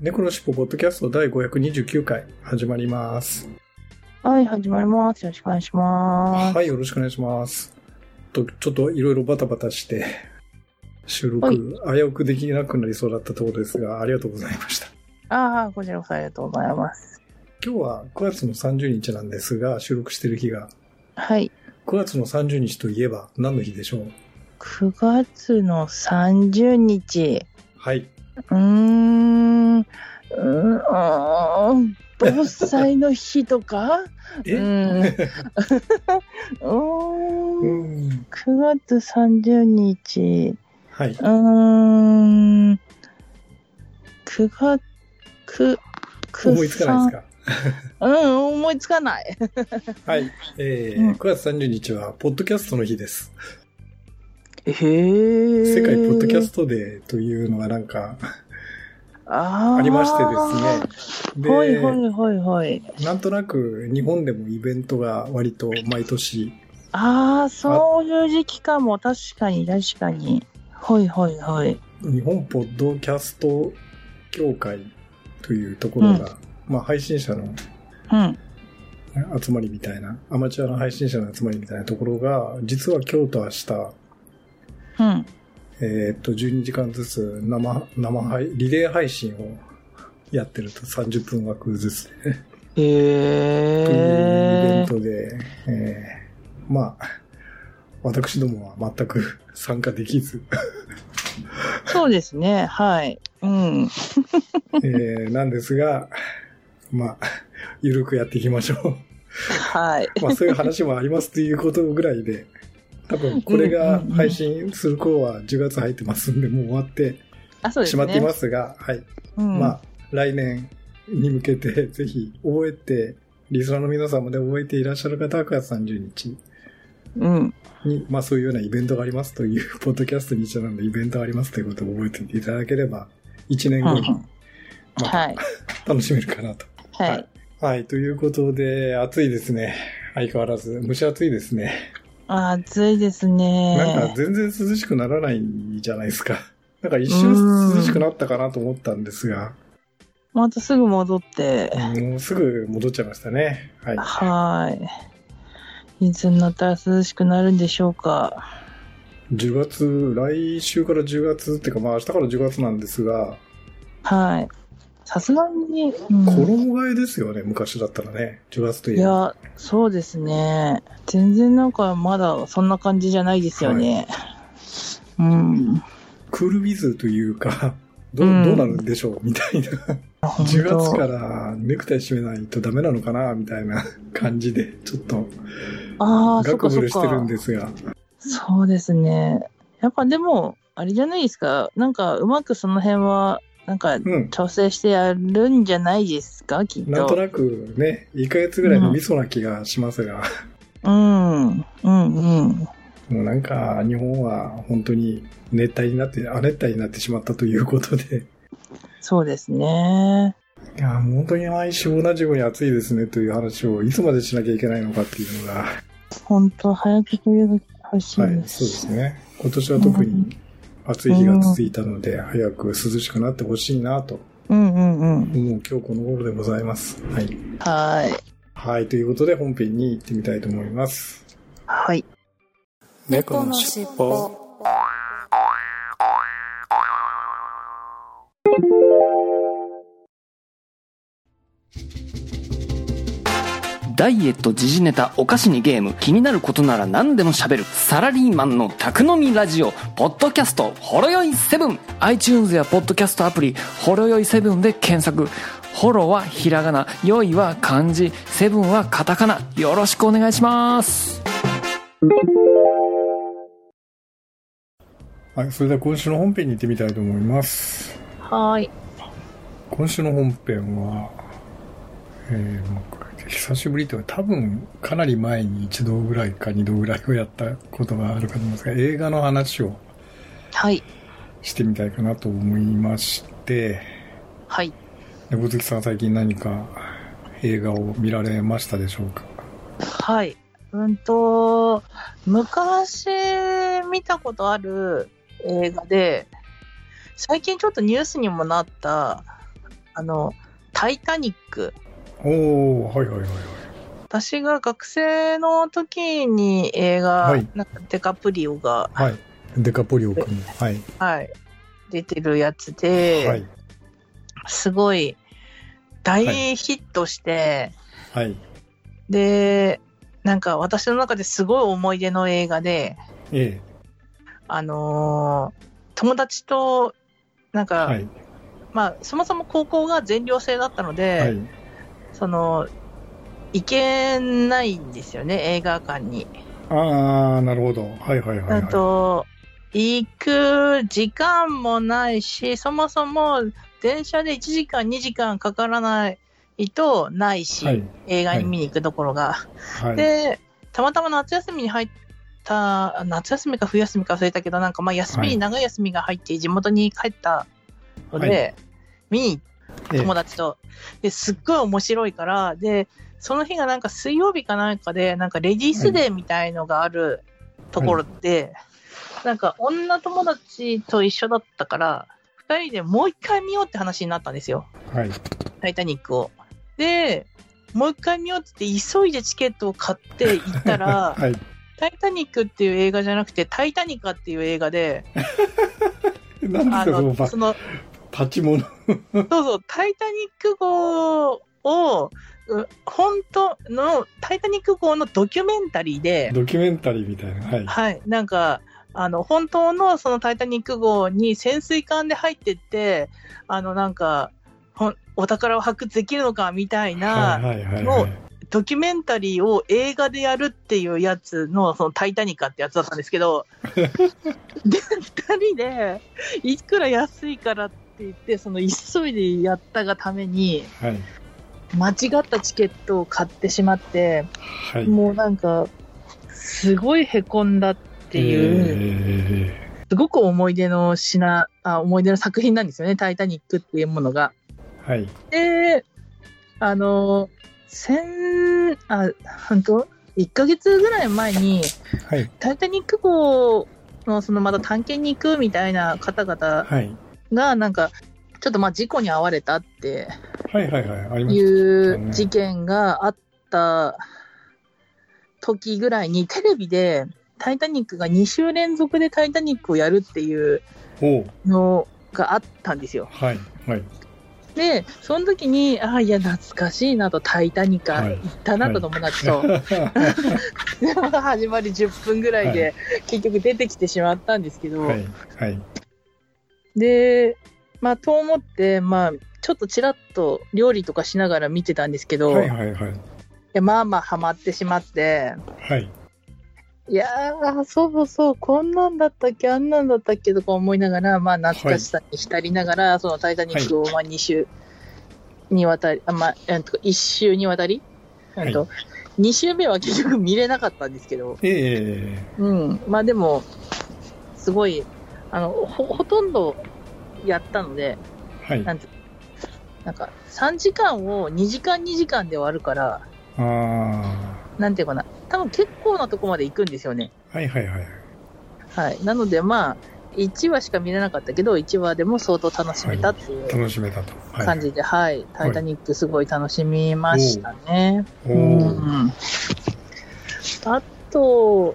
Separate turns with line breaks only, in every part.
猫のしっぽポッドキャスト第529回始まります。
はい、始まります。よろしくお願いします。
はい、よろしくお願いします。とちょっといろいろバタバタして、収録、
はい
危うくできなくなりそうだったところですが、ありがとうございました。
ああ、こちらこそありがとうございます。
今日は9月の30日なんですが、収録してる日が、
はい。
9月の30日といえば何の日でしょう
9月の30日。
はい。
うーん。うーん。防災の日とか
え、
うん。う
う
ーん。
ん、
9月30日。。
はいう
ーん。9月、く、く
思いつかない
で
です
かうん、思いつかない。
すかはい。えー
うん
9月30日は、ポッドキャストの日です。
へえ。
世界ポッドキャストデーというのがなんか、
あー
ありましてですね。で、
はいはいはいはい。
なんとなく日本でもイベントが割と毎年
ああ、そういう時期かも。確かに確かに。はいはいはい。
日本ポッドキャスト協会というところが、まあ配信者の
うん。
集まりみたいな、アマチュアの配信者の集まりみたいなところが、実は今日と明日、
うん。
えーっと、12時間ずつ生、生配、リレー配信をやってると30分枠ずつでね、というイベン
へえ。
トで、えーまあ、私どもは全く参加できず、
そうですね。はい。うん。
えーなんですが、まあ、ゆるくやっていきましょ
はい。
う。まあ、そういう話もありますということぐらいで、多分これが配信する頃は10月入ってますんで、もう終わって、
あ、そうで
し
す
ま
ね。
っていますが、はい。
うん、
まあ、来年に向けて、 ぜひ覚えて、リスナーの皆様で覚えていらっしゃる方は9月30日
うん。
に、まあそういうようなイベントがありますという、ポッドキャストに一緒なんでイベントがありますということを覚えておいていただければ、1年後に
うん
ま
は
た
い。
楽しめるかなと。
は
はい
い。
はい、ということで、暑いですね。相変わらず、蒸し暑いですね。
あー暑いです
なんか
ね。
全然涼しくならないじゃないですか。なんか一
う
瞬
ん
涼しくなったかなと思ったんですが、
またすぐ戻って。
もうすぐ戻っちゃいましたね。はい。
はい。いつになったら涼しくなるんでしょうか。
10月、来週から10月っていうか、まあ明日から10月なんですが、
はい。さすがに。うん
衣替えですよね、昔だったらね。10月とい
い
えば。
や、そうですね。全然なんかまだそんな感じじゃないですよね。うん。
クールビズというか、ど
うん
うどうなるんでしょう、みたいな。
本
10月か
当。
らネクタイ締めないとダメなのかな、みたいな 感じで、ちょっと、
ああ、そ
ガク
っかそ
ブ
っ
ルしてる
か
ん。ですが。
そうですね。やっぱでも、あれじゃないですか。なんかうまくその辺は、なんか
うん。
調整してやるんじゃないですか、きっ
なんと
と。
なくね、1ヶ月ぐらい伸びそうな気がしますが、
うん。うんうん。
もうなんか日本は本当に熱帯になって、亜熱帯になってしまったということで、
そうですね。
いや、もう本当に毎週同じように暑いですねという話をいつまでしなきゃいけないのかっていうのが、はい、
本当早く冬が欲しい
そう
で。
ですすね。今年は特に暑い日が続いたので、早く涼しくなってほしいなと
うんうんう
思
ん。
う今日この頃でございます。はい。
はい。
はい、ということで本編に行ってみたいと思います。
はい。
猫のしっぽ
ダイエット時事ネタお菓子にゲーム気になることなら何でも喋るサラリーマンの宅飲みラジオポッドキャストほろよい7 iTunes やポッドキャストアプリほろよい7で検索ほろはひらがなよいは漢字セブンはカタカナよろしくお願いします
はい、それでは今週の本編に行ってみたいと思います。
はい。
今週の本編は、えー、もうこれ久しぶりというか多分かなり前に一度ぐらいか二度ぐらいをやったことがあるかと思いますが、映画の話を
はい。
してみたいかなと思いまして、
はい。
猫好きさん最近何か映画を見られましたでしょうか
はい。うんと、昔見たことある映画で、最近ちょっとニュースにもなった、あの、タイタニック。
おー、はいはいはいはい。
私が学生の時に映画、
はい
なんかデカプリオが、
はい。デカポリオ君。はい。
はい、出てるやつで、
はい。
すごい大ヒットして、
はい。
で、なんか私の中ですごい思い出の映画で、
え
あのー友達と、なんか、
え。はい。
まあ、そもそも高校が全寮制だったので、
はい。
その、行けないんですよね、映画館に。
あー、なるほど。はいはいはい、は
あと、行く時間もないし、そもそも電車で1時間、2時間かからないとないし、
い。はい。
映画に見に行くところが。
はい。
で、たまたま夏休みに入った、夏休みか冬休みか忘れたけど、なんかまあ休み、
はい
長い休みが入って地元に帰ったので、
は
見に行っ
ええ
友達と。で、すっごい面白いから、で、その日がなんか水曜日かなんかで、なんかレディースデーみたいのがあるところで、なんか女友達と一緒だったから、二人でもう一回見ようって話になったんですよ。
はい。
タイタニックを。で、もう一回見ようって言って、急いでチケットを買って行っ たら、
はい。
タイタニックっていう映画じゃなくて、タイタニカっていう映画で、
なんですか、そ
あ
の
の、
パ
その、
パチモノ。
そうそう、タイタニック号を、う本当の、タイタニック号のドキュメンタリーで、
ドキュメンタリーみたいな。はい。
はい、なんか、あの、本当のそのタイタニック号に潜水艦で入ってって、あの、なんか、ほんお宝を発掘できるのかみたい
は
な
いはいはい、
も
は
う
い。
ドキュメンタリーを映画でやるっていうやつの、そのタイタニカってやつだったんですけ ど、で、二人で、いくら安いからって言って、その急いでやったがために、
はい。
間違ったチケットを買ってしまって、
はい。
もうなんか、すごいへこんだっていう、
いう。
すごく思い出の品あ、思い出の作品なんですよね、タイタニックっていうものが。
はい。
で、あの、先、あ、本当1ヶ月ぐらい前に、
はい。
タイタニック号の、そのまた探検に行くみたいな方々
はい。
が、なんか、ちょっとまあ事故に遭われたって
はいはいはい。ありま
い
す。
う事件があった時ぐらいに、テレビで、タイタニックが2週連続でタイタニックをやるっていう
おう
のがあったんですよ。
はい。はい。
で、その時に、ああ、いや、懐かしいなと、タイタニカ
はい
行ったなと友達と、
は
でまあ始まり10分ぐらいで、結局出てきてしまったんですけど、
い。はい。
で、まあ、と思って、まあ、ちょっとちらっと料理とかしながら見てたんですけど、
はいいはいはい。
やまあまあハマってしまって、
はい。
いやー、そうそう、こんなんだったっけ、あんなんだったっけとか思いながら、まあ、懐かしさに浸りながら、そのタイタニックを、まあ、2週にわたり、あまあ、えっと、1週にわたり、えっと、2週目は結局見れなかったんですけど、
ええ
うん、まあでも、すごい、あの、ほ、ほとんどやったので、
はい。
なんて、なんか、3時間を2時間2時間で割るから、
あ
なんていうかな、多分結構なとこまで行くんですよね。
あ。はいはいはい。
はい、なので、まあ、1話しか見れなかったけど、1話でも相当楽しめたっていう
楽しめたと。はい。
感じで、はい、タイタニック、すごい楽しみましたね。
お
う
お。
ん、あと、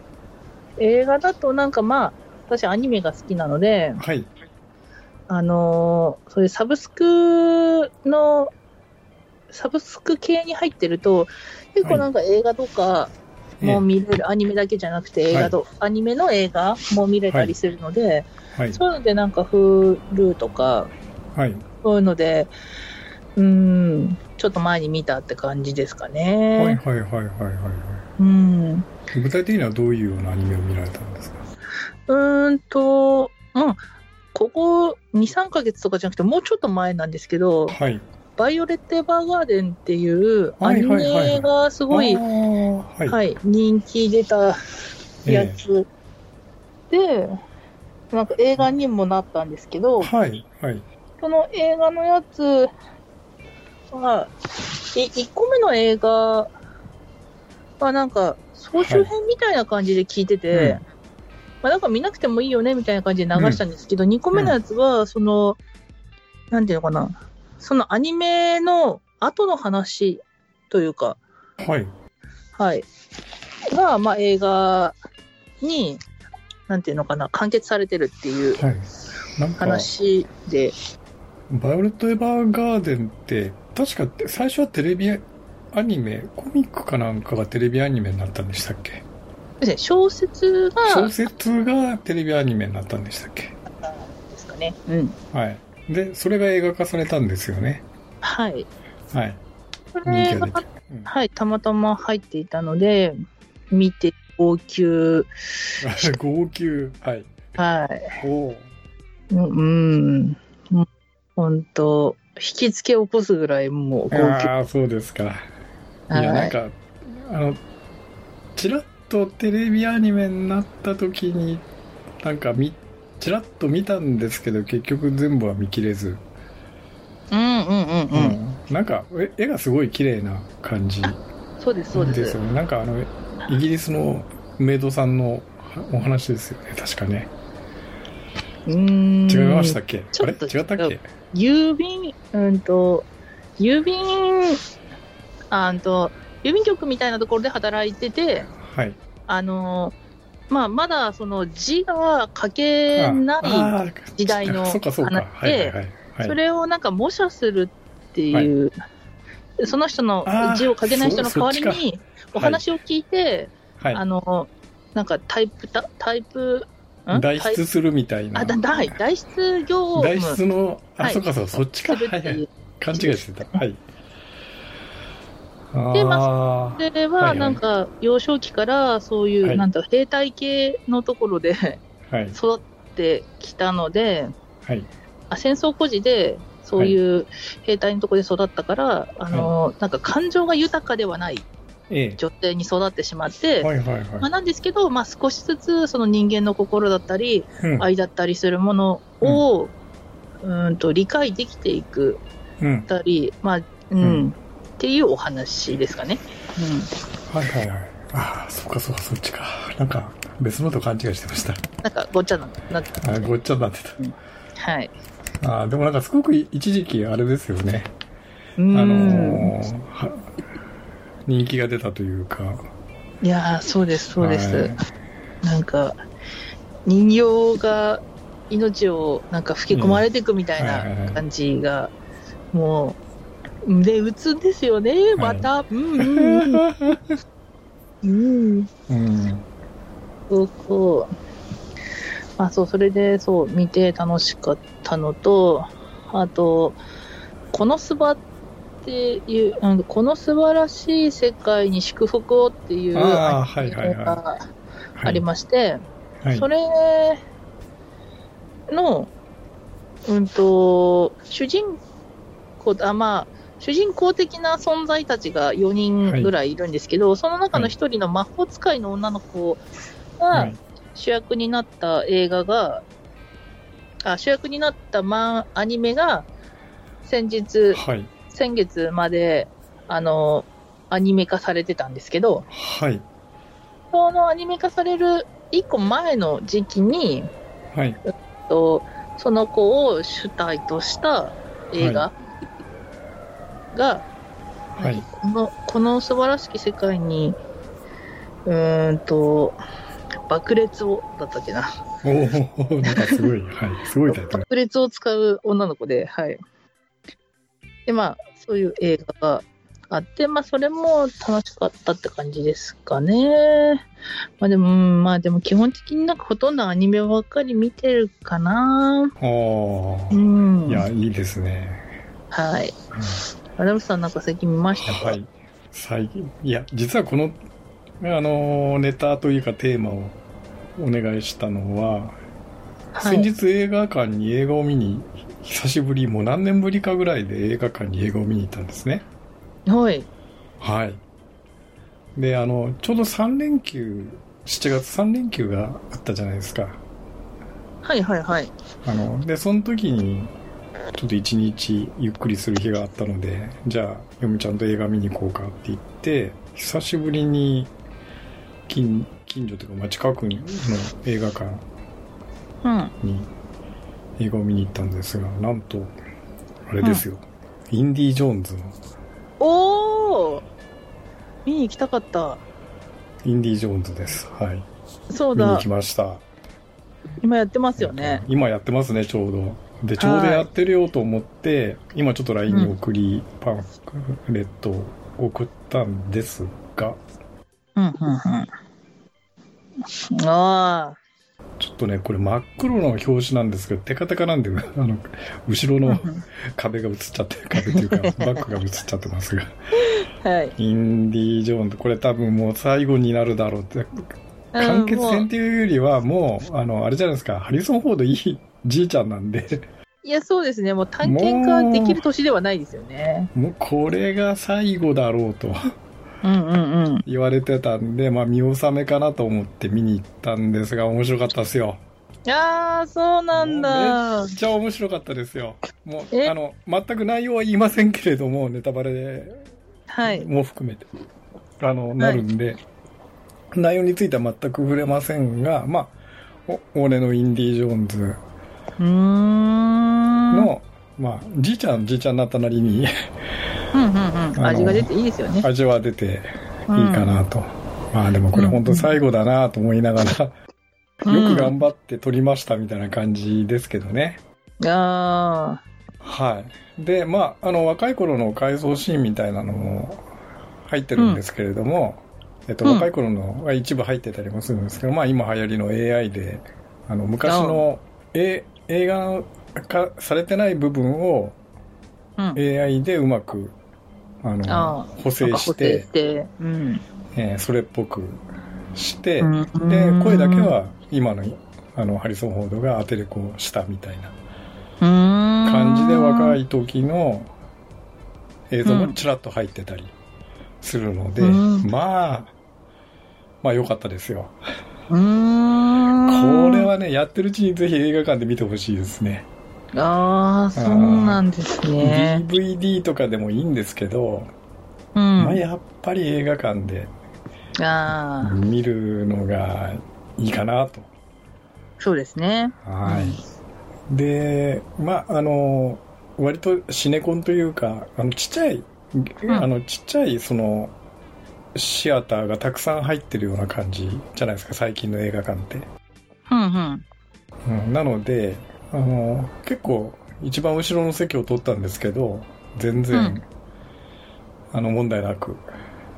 映画だと、なんかまあ、私、アニメが好きなので、
はい。
あのーそういうサブスクの、サブスク系に入ってると、結構なんか映画とか、もう見れる、アニメだけじゃなくて映画と、アニメの映画も見れたりするので、
はい。
そういうのでなんか Hulu とか、
はい。
そういうので、うん、ちょっと前に見たって感じですかね。
はいはいはいはいは
うん。
い。具体的にはどういうようなアニメを見られたんですか
うーんと、うん、ここ2、3ヶ月とかじゃなくて、もうちょっと前なんですけど、
はい。
バイオレット・エヴァーガーデンっていうアニ
はいはいはい
メがすごい、
あ
は
ー
い
はい。
人気出たやつで、なんか映画にもなったんですけど、
はい。はい。
その映画のやつは、い1個目の映画はなんか、総集編みたいな感じで聞いてて、
うん
まあ、なんか見なくてもいいよねみたいな感じで流したんですけど、2個目のやつは、その、なんていうのかな、そのアニメの後の話というか、
はい。
はい、が、まあ、映画に、なんていうのかな、完結されてるっていう
はい。なんか、
話で、
バイオレット・エヴァーガーデンって、確か最初はテレビアニメ、コミックかなんかがテレビアニメになったんでしたっけ
ですね、小説が、
小説がテレビアニメになったんでしたっけ
ですかね。うん。
はい。で、それが映画化されたんですよね。
はい。
はい。
これ
人気
が
が出て。うん
はい、たまたま入っていたので、見て、号泣、
号泣。はい。
は
おー
い。うん、うん。本当引きつけ起こすぐらい、もう、号泣。
ああ、そうですか。い
は
や、なん
い。
か、あの、ちらっとテレビアニメになった時に、なんかみ、ちらっと見たんですけど、結局全部は見切れず。
うんうんうんうん。
なんか、え絵がすごい綺麗な感じ
そうです、そうで。
ですすよね。なんか、あの、イギリスのメイドさんのお話ですよね、確かね。
うーん。
違いましたっけ
ち
あ
ょ
れ
っと
違ったっけ
郵便、うんと、郵便、あんと、郵便局みたいなところで働いてて、
はい。
あの、まあ、まだその字が書けない
あー
時代の
そっかそっか。
話
はいはい
で
はい。はい
それをなんか模写するっていう、その人の
あー
字を書けない人の代わり
そそっ
にお話を聞いて、
はい
あのなんかタイプタタイプん
代
タイ
筆するみたいな。
あだだはい代筆業
代
務す
筆の、あ、
はい
そうかそうか、そっちか。は
る
い
って
はいい。
う、
勘違いしてた。はい。あ
でま
あー
そ
は
れ
いは
はいなんか幼少期からそういう、
はい
なんだ兵隊系のところで
はい。
育ってきたので
はい。
あ戦争孤児でそういう兵隊のところで育ったから、あのなんか感情が豊かではない
え
女性に育ってしまって、
え。はいはい
ま
は
あ、なんですけど、まあ、少しずつその人間の心だったり
い。うん。
愛だったりするものを、うーん、と理解できていく
うん。
たり、まあうん
うん
っていうお話ですかね。
はいはいはい。ああ、そっかそっか、そっちか。なんか、別のと勘違いしてました。
うん、なんかごっちゃななって
あーごっちゃになって
はい。
た。ああ、でもなんかすごく一時期あれですよね。
あ
あのー、は人気が出たというか。
いやーそうですそうです。
はい
なんか人形が命をなんか吹き込まれていくみたい
うんはいはいは
ない感じが、もうで打つんですよねまた、うんうん うんうん
うん。
そうそう。あ、そう、それで、そう、見て楽しかったのと、あと、このすばっていう、うん、この素晴らしい世界に祝福をっていう
ああ
アニメが
はい
ありまして、
はい
そ。れの、うんと、主人公、あ、まあ、主人公的な存在たちが4人ぐらいいるんですけど、その中の1人の魔法使いの女の子が、
はい。
主役になった映画が、あ主役になったマンアニメが、先日、
はい。
先月まで、あの、アニメ化されてたんですけど、
はい。
そのアニメ化される一個前の時期に、
はい。
とその子を主体とした映画が、
はい。
この、この素晴らしき世界に、うーんと、爆裂を、だったっけな。
おお、なんかすごい、はい、すごいタイトル。
爆裂を使う女の子で、はい。で、まあ、そういう映画があって、まあ、それも楽しかったって感じですかね。まあ、でも、うんまあ、でも基本的になんかほとんどアニメばっかり見てるかな。
お
う
ー
ん。
いや、いいですね。
はい。
うん
アダムさんなんか最近見ましたか、
はい。最近、いや、実はこの、あのー、ネタというかテーマをお願いしたのは、
はい
先日映画館に映画を見に、久しぶり、もう何年ぶりかぐらいで映画館に映画を見に行ったんですね。
はい。
はい。で、あの、ちょうど3連休、7月3連休があったじゃないですか。
はいはいはい。
あの、で、その時に、ちょっと一日ゆっくりする日があったので、じゃあ、嫁ちゃんと映画見に行こうかって言って、久しぶりに、近、近所というか、まあ、近くの映画館
うん。
に映画を見に行ったんですが、なんと、あれですよ、インディ・ジョーンズの、
おー見に行きたかった。
インディ・ジョーンズです。はい。
そう
見に行
だ
き。ました。
今やってますよね。
今やってますね、ちょうど。で、ちょうどやってるよと思って、今ちょっと LINE に送り、パンフレットを送ったんですが、
うんうんうん。ああ。
ちょっとね、これ真っ黒の表紙なんですけど、テカテカなんで、 あの、後ろの壁が映っちゃって、壁というか、バックが映っちゃってますが、
はい。
インディ・ジョーンズ、これ多分もう最後になるだろうって、完結
うんも
編
う
っていうよりは、もう、あの、あれじゃないですか、ハリソン・フォードいいじいちゃんなんで、
いや、そうですね。もう探検家できる年ではないですよね。
もうこれが最後だろうと。
うんうんうん。
言われてたんで、まあ見納めかなと思って見に行ったんですが、面白かったですよ。
ああ、そうなん
もう
だ
めっ。ちゃ面白かったですよ。もう、
え
あの、全く内容は言いませんけれども、ネタバレで
はい。
も含めて、あの、なるんで、内容については全く触れませんが、まあ、お俺のインディ・ジョーンズ
うーん。うん
の、まあ、じいちゃん、じいちゃんになったなりに
うんうん。味が出ていいですよね。
味は出ていいかなと。まあでもこれ本当最後だなと思いながら、
うん
よく頑張って撮りましたみたいな感じですけどね。
あ
はい。で、まあ、あの、若い頃の回想シーンみたいなのも入ってるんですけれども、えっと、
うん
若い頃のが一部入ってたりもするんですけど、まあ、今流行りの AI で、あの、昔の、え映画化されてない部分を
あ。うん。
AI でうまく、あの、
ああ
補正
補
し
正
て
し、て。うん。
えーそれっぽくして、
うん
で、声だけ。は今の、あの、ハリソン・フォードがアテレコしたみたいな。感
感
じで若
い。
い時の映像もちらっと入ってたりするので、
うん
まあ、まあ良かったですよ。
うーん。
これ。はね、やってるうちにぜひ映画館で見てほしいですね。
ああ、そうなんですね。
DVD とかでもいいんですけど、
う
まあ
ん。
やっぱり映画館で
ああ、
見るのがいいかなと。
そうですね。
はい。で、まあ、あの、割とシネコンというか、あの、ちっちゃい、
ん
あの、ちっちゃい、その、シアターがたくさん入ってるような感じじゃないですか、最近の映画館って。
うんうん。
うん、なので、あの、結構、一番後ろの席を取ったんですけど、全然、
うん
あの、問題なく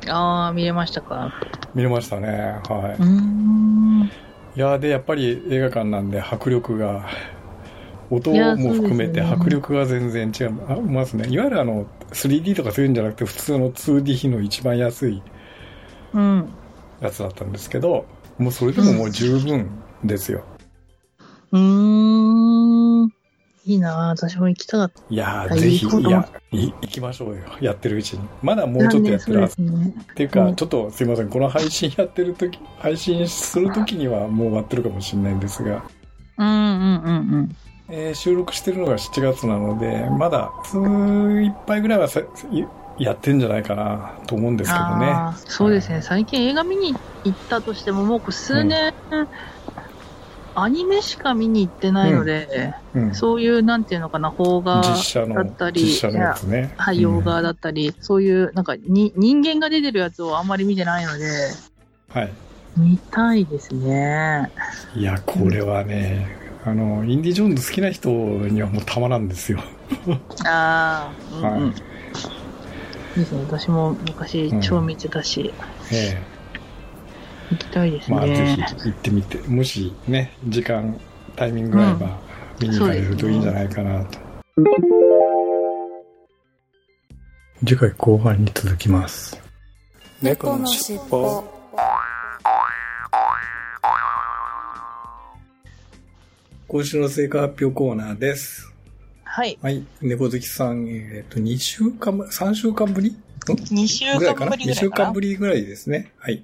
ああ、見れましたか。
見れましたね。は
うーん。
い。いやー、で、やっぱり映画館なんで迫力が、音
いや
も含めて
そうですよね
迫力が全然違いますね。いわゆるあの、3D とかそういうんじゃなくて、普通の 2D 比の一番安い
うん。
やつだったんですけど、もうそれでももう十分ですよ。
うーん。いいなあ私も行きたかった。
いやー、
あ
ぜひ、
いいこと
いや、い行きましょうよ。やってるうちに。まだもうちょっとやってるはず。
残念そうですね。
っていうか、
うん
ちょっとすいません。この配信やってる時、配信する時にはもう終わってるかもしれないんですが、
うんうんうんうん。
えー収録してるのが7月なので、まだ、数いっぱいぐらいはさいやってんじゃないかなと思うんですけどね。
あーそうですね、最近映画見に行ったとしても、もう数年、アニメしか見に行ってないので、
うん、
そういう、なんていうのかな、邦画
実写
だ
の
った、り
実写のやつね。
はい、洋画だったり、そういう、なんかに、人間が出てるやつをあんまり見てないので、
うんはい。
見たいですね。
いや、これはね、あの、インディ・ジョーンズ好きな人にはもうたまらんですよ。
ああ、うんうん。
はい
いですね、私も昔
うん
超見てたし、
え
行きたいで
え
す
まあ、ぜ
ね。
ひ行ってみて、もしね、時間、タイミングがあれば、見に行かれるといいんじゃないかなと。次回後半に続きます。
猫のしっぽ
今週の成果発表コーナーです。
はい。
はい。猫好きさん、えっ、と、2週間ぶ、3週間ぶり
2週
ぐらいか
間
な
ぶり
?2
ぐらい
週
か
間
な
ぶ。りぐらいですね。はい。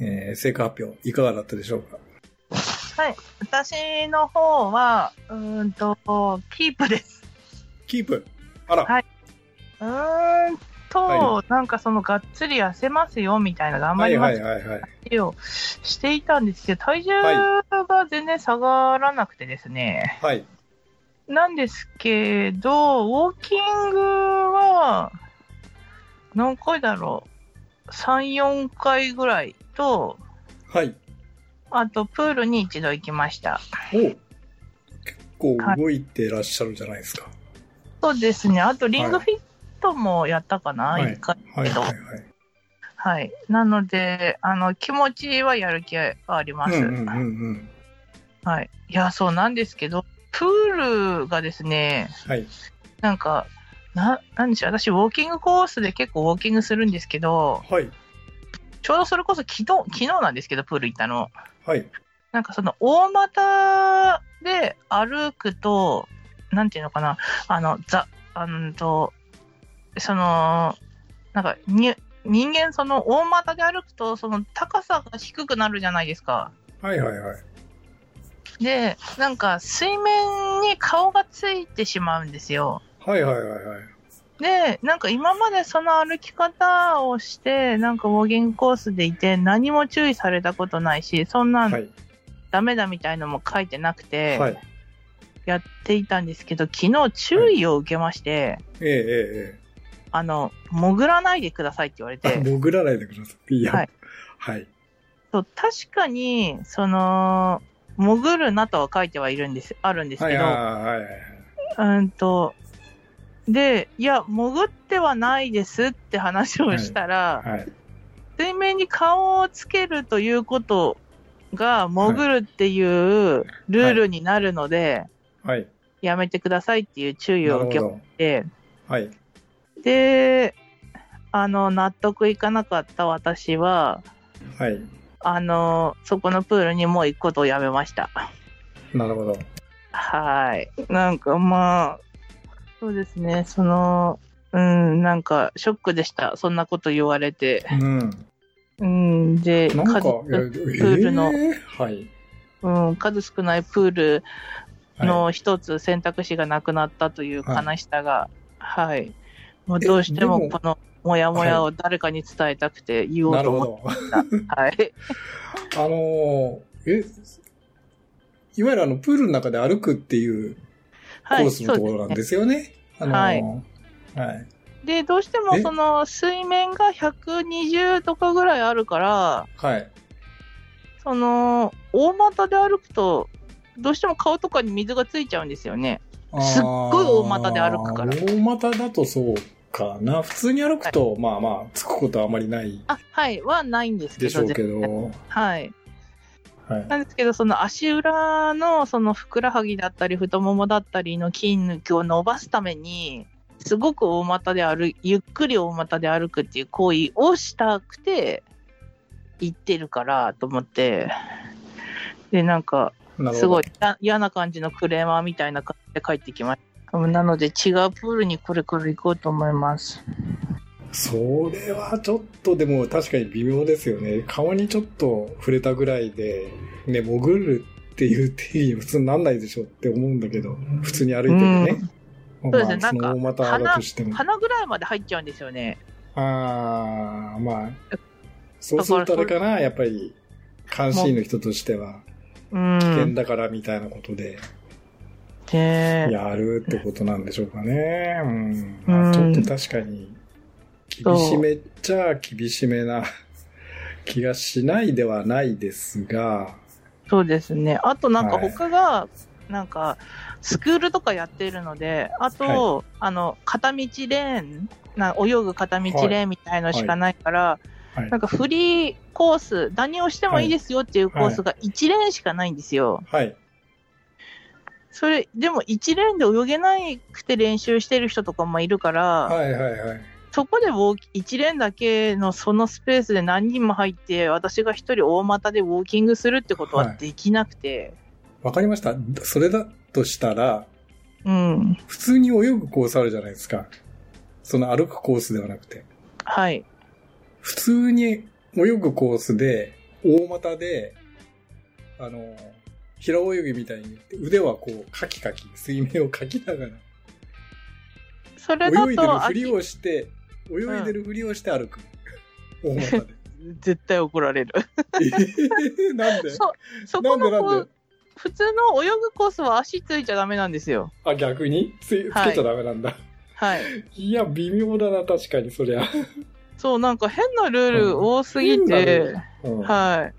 えー、成果発表、いかがだったでしょうか
はい。私の方は、うーんと、キープです。
キープあら、
はいうーんと、
は
なんかその、がっつり痩せますよ、みたいな、頑張
はい
りま
は
す
いはいはい。
ってをしていたんですけど、体重が全然下がらなくてですね。
はい。
なんですけど、ウォーキングは、何回だろう。3、4回ぐらいと、
はい。
あと、プールに一度行きました。
お結構動いてらっしゃるじゃないですか。
そうですね。あと、リングフィットもやったかな、
は
一
い
回。
はいはいはい。
はい。なので、あの、気持ちはやる気はあります。
うんうんうんうん。
はい。いや、そうなんですけど、プールがですね、
はい。
なんか、な、なんでしょう。私、ウォーキングコースで結構ウォーキングするんですけど、
はい。
ちょうどそれこそ昨日、昨日なんですけど、プール行ったの。
はい。
なんかその、大股で歩くと、なんていうのかな、あの、ざ、あのと、その、なんか、に、人間その、大股で歩くと、その、高さが低くなるじゃないですか。
はいはいはい。
で、なんか、水面に顔がついてしまうんですよ。
はいはいはいはい。
で、なんか今までその歩き方をして、なんかウォーキングコースでいて、何も注意されたことないし、そんなん
はい。
ダメだみたいのも書いてなくて、
はい。
やっていたんですけど、昨日注意を受けまして、
ええええ
あの、潜らないでくださいって言われ
ええ。あ、
て、
潜らないでください。いや。は
はいい。
はい。
そう確かに、その、潜るなとは書いてはいるんです、あるんです
はい
けど、
はいはい。
うんと、で、いや、潜ってはないですって話をしたら、
はい。
水面に顔をつけるということが潜るっていうルールになるので、
はい。
やめてくださいっていう注意
な
を
るほ
受け
ど。
て、
はい。
で、あの、納得いかなかった私は、
はい。
あの、そこのプールにもう行くことをやめました。
なるほど。
はい。なんかまあ、そうですね、その、うん、なんかショックでした。そんなこと言われて。
うん。
うん、で、
なんか、
数
いやええ
ルの
はい。
うん、数少ないプール
はい
の一つ選択肢がなくなったという悲しさが、はい。もうどうして
えで
も
も
このモヤモヤを誰かに伝えたくて言お
な
う
る
と
ほ
思っ
ど。
た。はい。
あのー、え、いわゆるあの、プールの中で歩くっていうコ
はい、
ースのところ
そう
なん
で
ですすよね。あの
はい
ーはい。
ね。で、どうしても
え
その水面が120とかぐらいあるから、
はい。
その、大股で歩くと、どうしても顔とかに水がついちゃうんですよね。すっごい大股で歩くから
あー大股だとそうかな。普通に歩くと、まあまあ、つくことはあまりない
あ、はい、はないんですけ
でし
ど、
ょうけ
全然
ど。
はい。
はい。
なんですけど、その足裏の、そのふくらはぎだったり、太ももだったりの筋肉を伸ばすために、すごく大股で歩い、ゆっくり大股で歩くっていう行為をしたくて、行ってるから、と思って。で、なんか、
なるほど。
すごいや嫌な感じのクレーマーみたいな感じで帰ってきました。うんなので違うプールにこれから行こうと思います。
それはちょっとでも確かに微妙ですよね。顔にちょっと触れたぐらいで、ね、潜るっていう定義普通になんないでしょって思うんだけど、普通に歩いてるね。
ん
ま
そう
あ、
です
そ
ね
の大股だとしても。
鼻ぐらいまで入っちゃうんですよね。
ああ、まあ。そうするとあれかな、やっぱり、監視員の人としては、
う
危険
ん。
だからみたいなことで、
で、
やるってことなんでしょうかね。うん。
う
まあ
ん
ちょっと確かに、厳しめっちゃ厳しめな 気がしないではないですが、
そうですね。あとなんか
はい
他が、なんか、スクールとかやっているので、あと、
は
あの、片道レーン、な泳ぐ片道レーンみたいのしかないから、
はい
なん。かフリーコース、何をしてもいいですよっていうコースが1レーンしかないんですよ。
はい。
それ、でも一レーンで泳げなくて練習してる人とかもいるから、
はいはいはい。
そこでウォーキ一レーンだけのそのスペースで何人も入って、私が一人大股でウォーキングするってこと
は
はいできなくて、
わかりました。それだとしたら、
うん。
普通に泳ぐコースあるじゃないですか。その歩くコースではなくて。
はい。
普通に泳ぐコースで、大股で、あの、平泳ぎみたいに腕はこう、カキカキ、水面をかきながら、
それだ
泳いでる
と、
ふり
秋
をして、泳いでるふりをして歩く。大 股で。
絶対怒られ る。
えーなんで
そ、そ
な
こ
んで
の
なん
こ
で
普通の泳ぐコースは足ついちゃダメなんですよ。
あ、逆についつ
はい
けちゃダメなんだ。
はい。
いや、微妙だな、確かに、そりゃ。
そう、なんか変なルール多すぎ
変な
て
ル、うん。は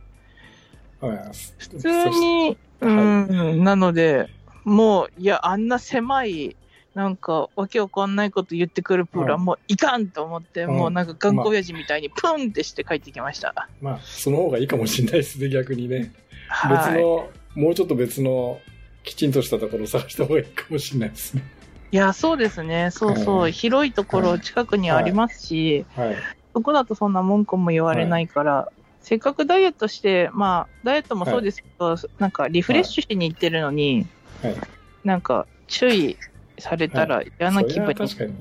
はい。
い。
普通に、
は
う
い
ん、なので、もう、いや、あんな狭い、なんか、わけわかんないこと言ってくるプールは、
うん
もういかんと思って、
うん
もうなんか、頑固親父みたいに、プンってして帰ってきました。
まあ、その方がいいかもしれないですね、逆にね。別
はい。
の、もうちょっと別の、きちんとしたところを探した方がいいかもしれないですね。
いや、そうですね。そうそう。
はい
広いところ近くにありますし、
はい。
そこだとそんな文句も言われないから、せっかくダイエットして、まあ、ダイエットもそうですけど、なんかリフレッシュしに行ってるのに、
はい
なんか注意されたら嫌な
そ
気
れ
分
は
に、
確かに、ね、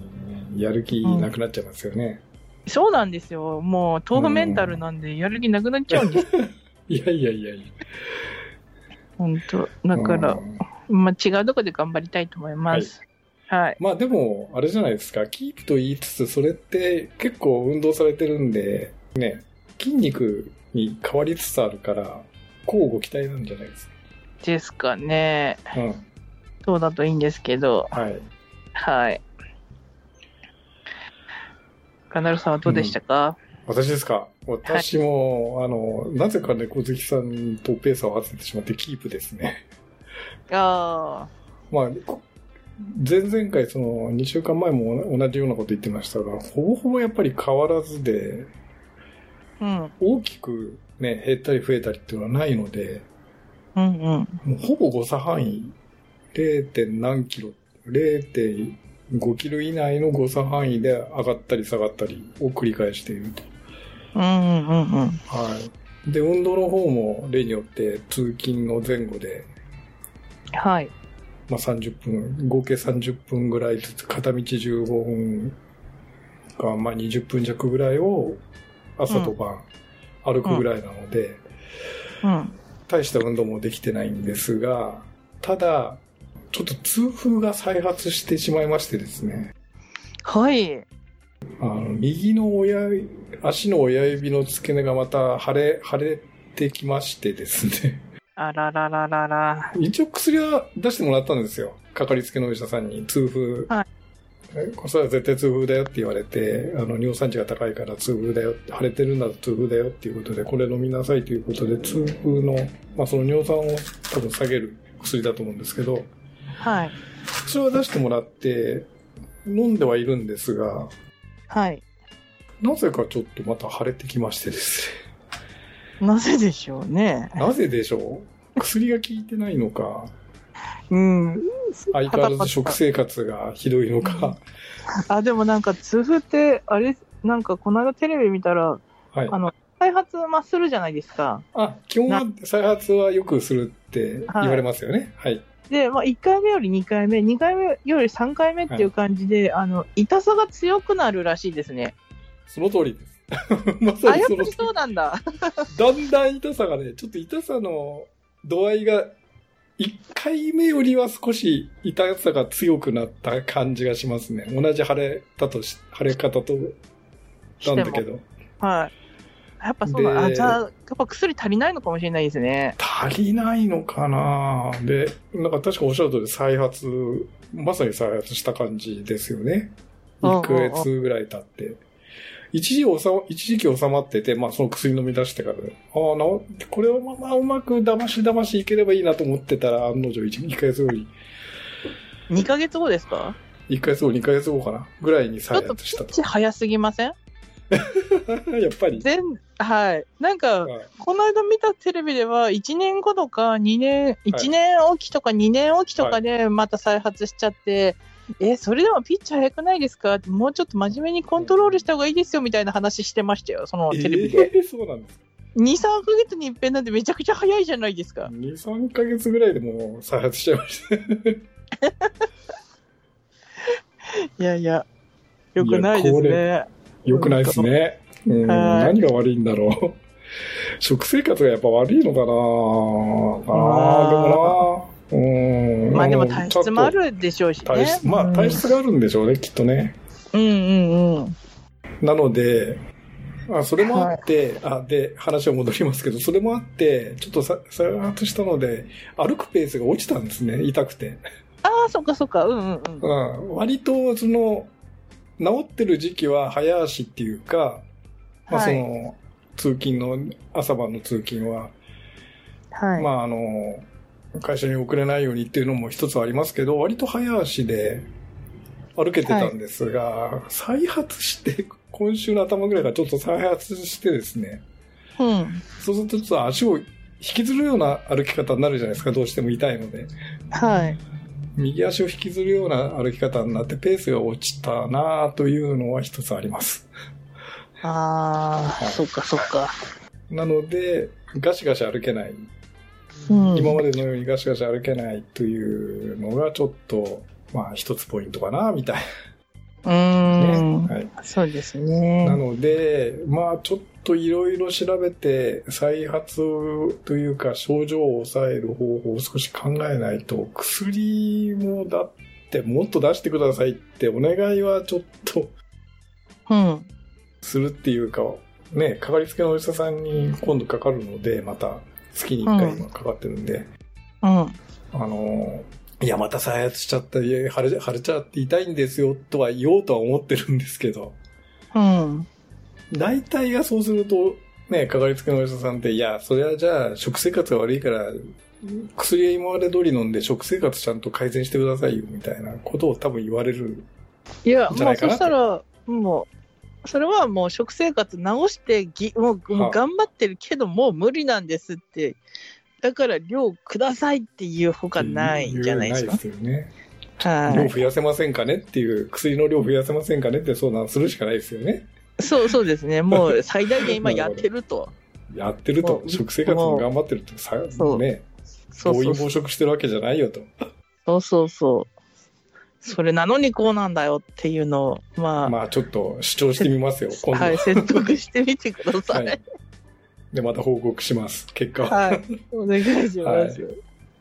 やる気なくなっちゃいますよね。
そうなんですよ。もう、豆腐メンタルなんで、やる気なくなっちゃうんです。
いやいやいやいや。
本当だから
う、ん
まあ、違うとこで頑張りたいと思います。はい。
まあでも、あれじゃないですか、キープと言いつつ、それって結構運動されてるんで、ね、筋肉に変わりつつあるから、こうご期待なんじゃないです
ですかね。
か。うん。
そうだといいんですけど、
はい。
はい。カナルさんはどうでしたか、
私ですか私も、あの、なぜか猫好きさんとペースを合わせてしまってキープですね。
あ
まあ、こ前々回、その、2週間前も同じようなこと言ってましたが、ほぼほぼやっぱり変わらずで、
あ、うん。
大きくね、減ったり増えたりっていうのはないので、
うんうん。
もうほぼ誤差範囲、0. 点何キロ、0.5キロ以内の誤差範囲で上がったり下がったりを繰り返していると。
うんうんうんうん。
はい。で、運動の方も例によって通勤の前後で、
はい。
まあ、30分、合計30分ぐらいずつ、片道15分か、まあ、20分弱ぐらいを朝と晩歩くぐらいなので、
うん。
大した運動もできてないんですが、ただ、ちょっと痛風が再発してしまいましてですね、
はい。
あの右の親指、足の親指の付け根がまた腫れ、腫れてきましてですね、
あららららら。
一応薬は出してもらったんですよ。かかりつけのお医者さんに痛風。
はい
えこれは絶対痛風だよって言われて、あの、尿酸値が高いから痛風だよ、腫れてるんだと痛風だよっていうことで、これ飲みなさいということで、痛風の、まあその尿酸を多分下げる薬だと思うんですけど、
はい。
それは出してもらって、飲んではいるんですが、
はい。
なぜかちょっとまた腫れてきましてです
なぜでしょうね。
ね。なぜでしょう薬が効いてないのか、
うん。
相変わらず食生活がひどいのか、
あ、でもなんか、痛風って、あれ、なんか、この間テレビ見たら、
はい。
あの、再発、まあ、するじゃないですか。
あ、基本は再発はよくするって言われますよね。はい。
で、まあ、1回目より2回目、2回目より3回目っていう感じで、あの、痛さが強くなるらしいですね。
その通りです。 まさ
あ、
に
や
そ
っ
の
ぱりそうなんだ。
だんだん痛さがね、ちょっと痛さの度合いが、1回目よりは少し痛さが強くなった感じがしますね。同じ腫れたとし、腫れ方と、なんだけど。
はい。やっぱそうだ。あ、
で
じゃあ、やっぱ薬足りないのかもしれないですね。
足りないのかなで、なんか確かおっしゃる通り再発、まさに再発した感じですよね。
うんうんうん
1ヶ月ぐらい経って。一時収ま一時期収まってて、まあその薬飲み出してから、ああ、なお、これをまあまあうまく騙し騙しいければいいなと思ってたら、案の定1、1ヶ月後に、
2ヶ月後ですか
1ヶ月後、2ヶ月後かなぐらいに
ちょ
再
っと
発
ピ
した
ッチ早すぎません
と。 やっぱり。
全、はい。なんか、
はい
この間見たテレビでは、1年後とか2年、1年おきとか2年おきとかでまた再発しちゃって、え、それでもピッチ早くないですかってもうちょっと真面目にコントロールした方がいいですよみたいな話してましたよ、そのテレビで。
えーそうなんです。
2、3ヶ月に一遍なんてめちゃくちゃ早いじゃないですか。
2、3ヶ月ぐらいでもう再発しちゃいました。
いやいや、よくないです
い
ね。
良くないですね。うん、
はい
何が悪いんだろう。 食生活がやっぱ悪いのかなああ、でもな。うん。
まあでも体質もあるでしょうし
体
ね
質。まあ体質があるんでしょうね、きっとね。
うんうんうん。
なので、あそれもあって、あ、で、話は戻りますけど、それもあって、ちょっとさ再発したので、歩くペースが落ちたんですね、痛くて。
ああ、そっかそっか。うんうんうん。
うん、割と、その、治ってる時期は早足っていうか、まあ
は
そ
い
の、通勤の、朝晩の通勤は、
はい。
まああの、会社に遅れないようにっていうのも一つありますけど、割と早足で歩けてたんですが、再発して、今週の頭ぐらいからちょっと再発してですね、
うん。
そうするとちょっと足を引きずるような歩き方になるじゃないですか、どうしても痛いので。
はい。
右足を引きずるような歩き方になってペースが落ちたなというのは一つあります。
ああ、そっかそっか。
なので、ガシガシ歩けない。
うん。
今までのようにガシガシ歩けないというのがちょっと、まあ一つポイントかな、みたいなね。
うん。
はい。
そうです
な
ね。
ので、まあちょっといろいろ調べて、再発というか症状を抑える方法を少し考えないと、薬もだってもっと出してくださいってお願いはちょっと、
うん。
するっていうか、ね、かかりつけのお医者さんに今度かかるので、また月に1回今かかってるんで、
うん。
あのー、いや、また再発しちゃった、いや、腫れ腫れちゃって痛いんですよとは言おうとは思ってるんですけど、
うん。
大体がそうすると、ね、かかりつけのお医者さんって、いや、それはじゃあ食生活が悪いから、薬は今まで通り飲んで食生活ちゃんと改善してくださいよみたいなことを多分言われる。
いや、
じゃな
も
いうか
そ
な
したら、もう、それはもう食生活直してぎ、もうも
は
う
い
頑張ってるけど、もう無理なんですって、だから量くださいっていうほかないんじゃないです
な
か
い。ですよね。
は
量増やせませんかねっていう、薬の量増やせませんかねって相談するしかないですよね。
い。そうそうで すね、もう最大限今やってると。
やってると
も、う
食生活も頑張ってると、さ
そう
ね、
そ
暴
うそ
飲
うそ
暴
う。
食してるわけじゃないよと。
そうそうそう。それなのにこうなんだよっていうのを、ま あ、
まあちょっと主張してみます よ、今度
はい、説得してみてくださ。
はいい。で、また報告します、結果は。
はい、お願いします。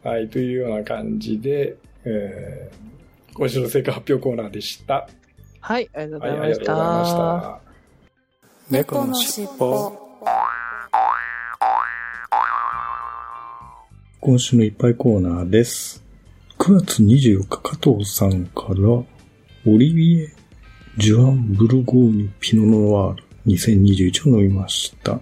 はい、というような感じで、えー、今週の成果発表コーナーでした。
はい、ありがと
は
う
い、
ご
あり
ざい
がと
まし。
うございましたた。
猫のしっぽ
今週のいっぱいコーナーです。9月24日、加藤さんから、オリビエ・ジュアン・ブルゴーニュ・ピノ・ノワール2021を飲みました。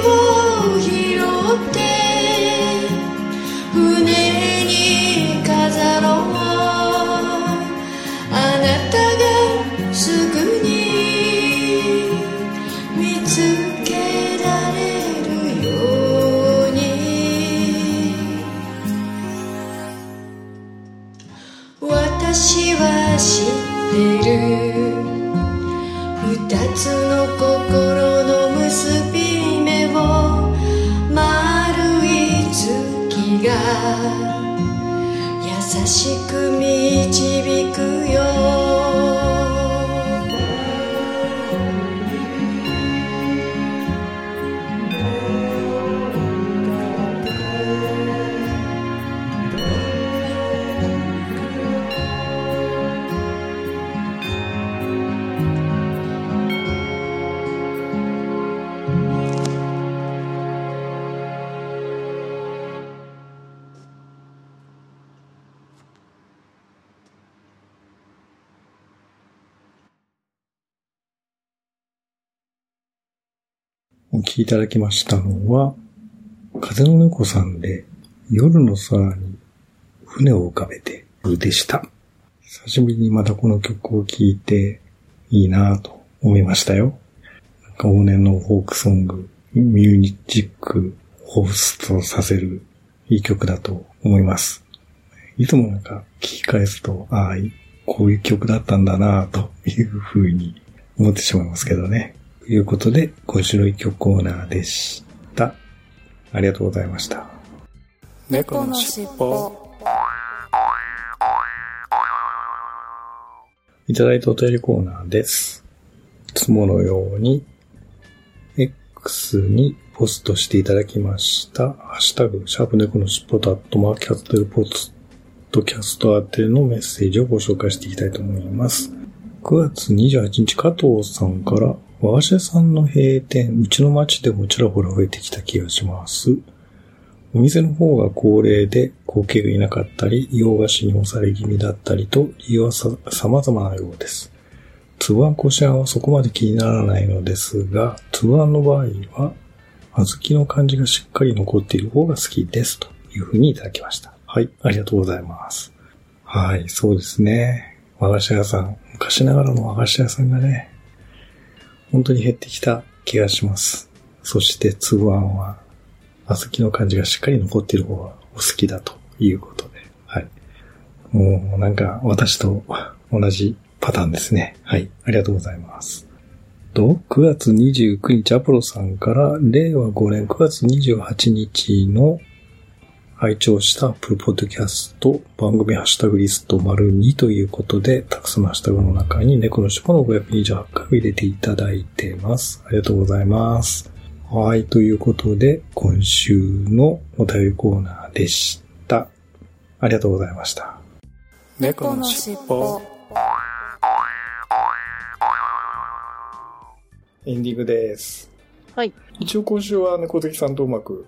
を拾って船に飾ろうあなたがすぐに見つけられるように私は知ってる二つの心の結び目を丸い月が優しく導くよ
お聴きいただきましたのは、風の猫さんで夜の空に船を浮かべてでした。久しぶりにまたこの曲を聴いていいなぁと思いましたよ。なんか往年のフォークソング、ミュージックを彷彿とさせるいい曲だと思います。いつもなんか聞き返すと、ああ、こういう曲だったんだなぁという風に思ってしまいますけどね。ということで、今週の一曲コーナーでした。ありがとうございました。
猫のしっぽ
いただいたお便りコーナーです。いつものように、X にポストしていただきました。ハッシュタグ、シャープ猫のしっぽとアットマーキャットルポストキャスト宛てのメッセージをご紹介していきたいと思います。9月28日、加藤さんから、和菓子屋さんの閉店、うちの町でもちらほら増えてきた気がします。お店の方が高齢で後継がいなかったり、洋菓子に押され気味だったりと、理由はさ様々なようです。つぶあんこしあんはそこまで気にならないのですが、つぶあんの場合は、小豆の感じがしっかり残っている方が好きです。というふうにいただきました。はい、ありがとうございます。はい、そうですね。和菓子屋さん、昔ながらの和菓子屋さんがね、本当に減ってきた気がします。そして、つぶあんは小豆の感じがしっかり残っている方がお好きだということで。はい。もうなんか私と同じパターンですね。はい。ありがとうございます。と、9月29日アポロさんから令和5年9月28日の拝聴したアップルポッドキャスト番組ハッシュタグリスト丸2ということで、たくさんのハッシュタグの中に猫のしっぽの528回を入れていただいてます。ありがとうございます。はい、ということで、今週のお便りコーナーでした。あ
ありがとうございました。
猫のしっぽ
エンディングです。
はい。
一応今週は猫好きさんとうまく、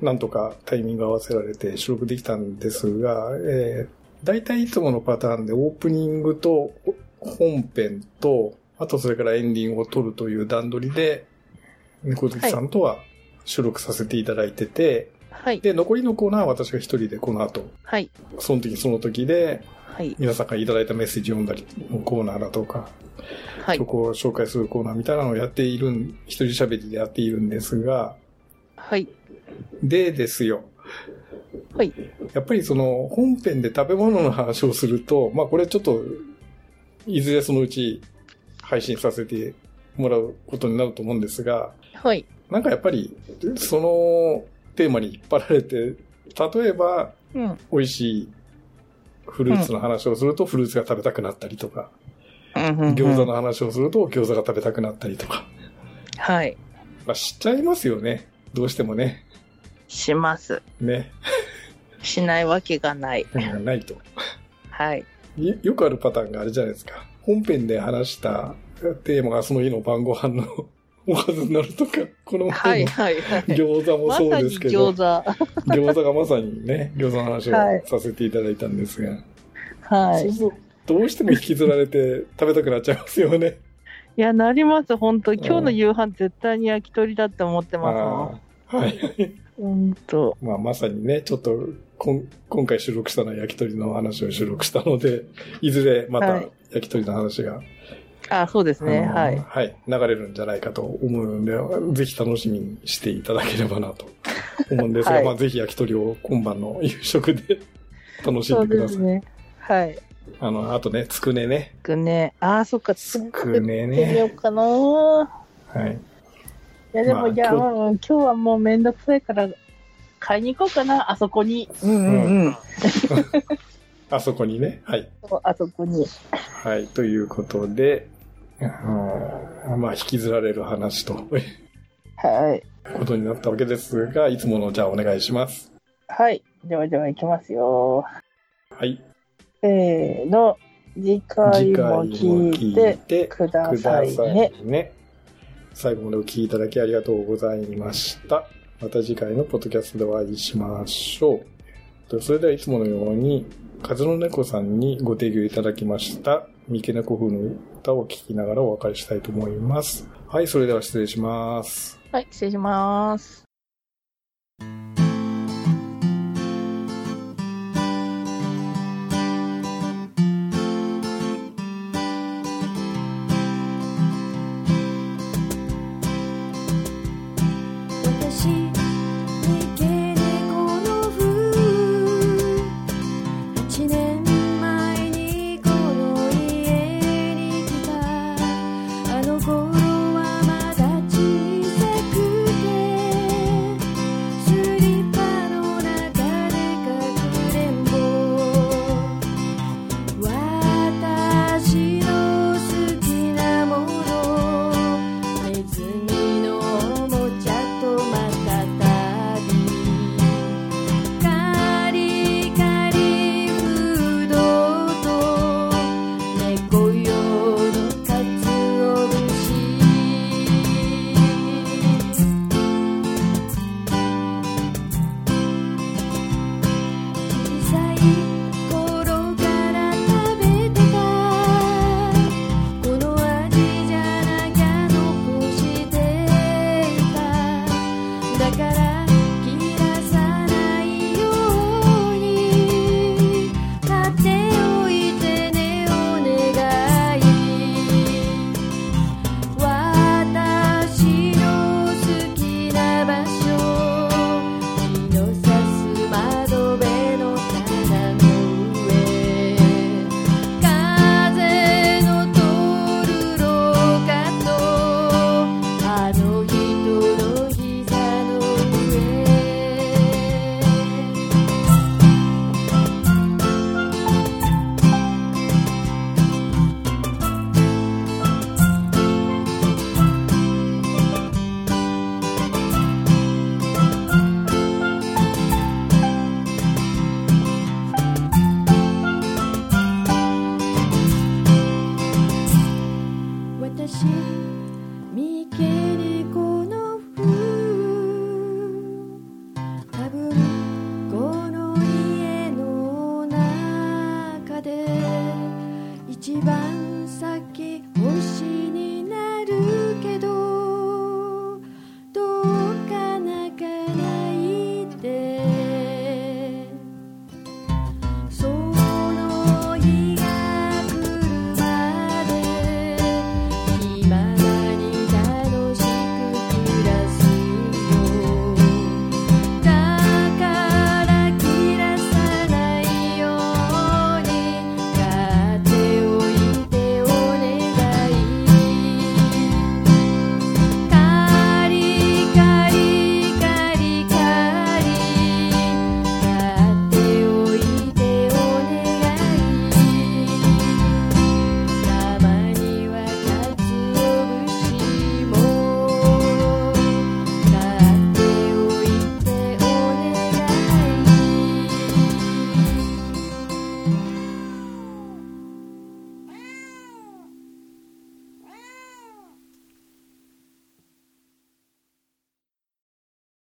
なんとかタイミング合わせられて収録できたんですが、えー、大体いつものパターンでオープニングと本編と、あとそれからエンディングを撮るという段取りで、猫好きさんとは収録させていただいてて、
はい。
で、残りのコーナーは私が一人でこの後、
はい。
その時その時で
はい。
皆さんからいただいたメッセージを読んだり、コーナーだとか、
はい。
曲を紹介するコーナーみたいなのをやっているん、一人喋りでやっているんですが、
はい。
でですよ。
はい。
やっぱりその本編で食べ物の話をすると、まあこれちょっと、いずれそのうち配信させてもらうことになると思うんですが、
はい。
なんかやっぱり、そのテーマに引っ張られて、例えば
うん。
美味しいフルーツの話をするとフルーツが食べたくなったりとか、餃子
の。
の話をすると餃子が食べたくなったりとか、
はい。
まあ、しちゃいますよね。どうしてもね。
します。
ね。
しないわけがない。
うんないと。
はい。
よよくあるパターンがあれじゃないですか。本編で話したテーマがその日の晩ご飯の おかずになるとか、この
は
前
い。
の
はい。はい。
餃子も
ま
そ
さ
う
に
ですけど、
餃子。
餃子がまさにね、餃子の話
はい
をさせていただいたんですが、
は
そう
い。い
するとどうしても引きずられて食べたくなっちゃいますよね。
や、なります。本当今日の夕飯絶対に焼き鳥だって思ってます
あー
もん。
はい。
本当。
まあまさにね、ちょっとこん今回収録したのは焼き鳥の話を収録したので、いずれま
は
た
い
焼き鳥の話が
あ、そうですね。
あの
はい。
流れるんじゃないかと思うんで、ぜひ楽しみにしていただければなと思うんですが、
はい
まあ、ぜひ焼き鳥を今晩の夕食で楽し
そ
ん
う
でく
で
ださ
す
い。
ね。はい。
あの、あとね、つくねね。
くね。あー、そっか。つ
つ
く
く
ね。
ね
ってみよう
ね。
かな。
はい。
いや、で
まあ
も、いや、
今
うん今日はもうめんどくさいから、買いに行こうかな。あそこに。うん
うん
うん。
あそこにね。はい。
あそこに。
はい。ということで、あのまあ、引きずられる話という
はい。
ことになったわけですが、いつもの、じゃあお願いします。
はい。ではでは行きますよ。
はい。
せーの。次回
次回も
も聞いて
聞いて
くださいね。
ね。最後までお聞きいただきありがとうございました。また次回のポッドキャストでお会いしましょう。それではいつものように、風の猫さんにご提供いただきました、三毛猫風の歌を聴きながらお別れしたいと思います。はい、それでは失礼します。
はい、失礼します。
私「け猫のふ8年前にこの家に来た」「あの頃はまだ小さくて」「スリッパの中でかくれんぼ」「私の好きなもの」「ネズミのおもちゃとまたたび」「カリカリフードと猫用のかつお節」「小さい頃から食べてた」「この味じゃなきゃ残していた」「だから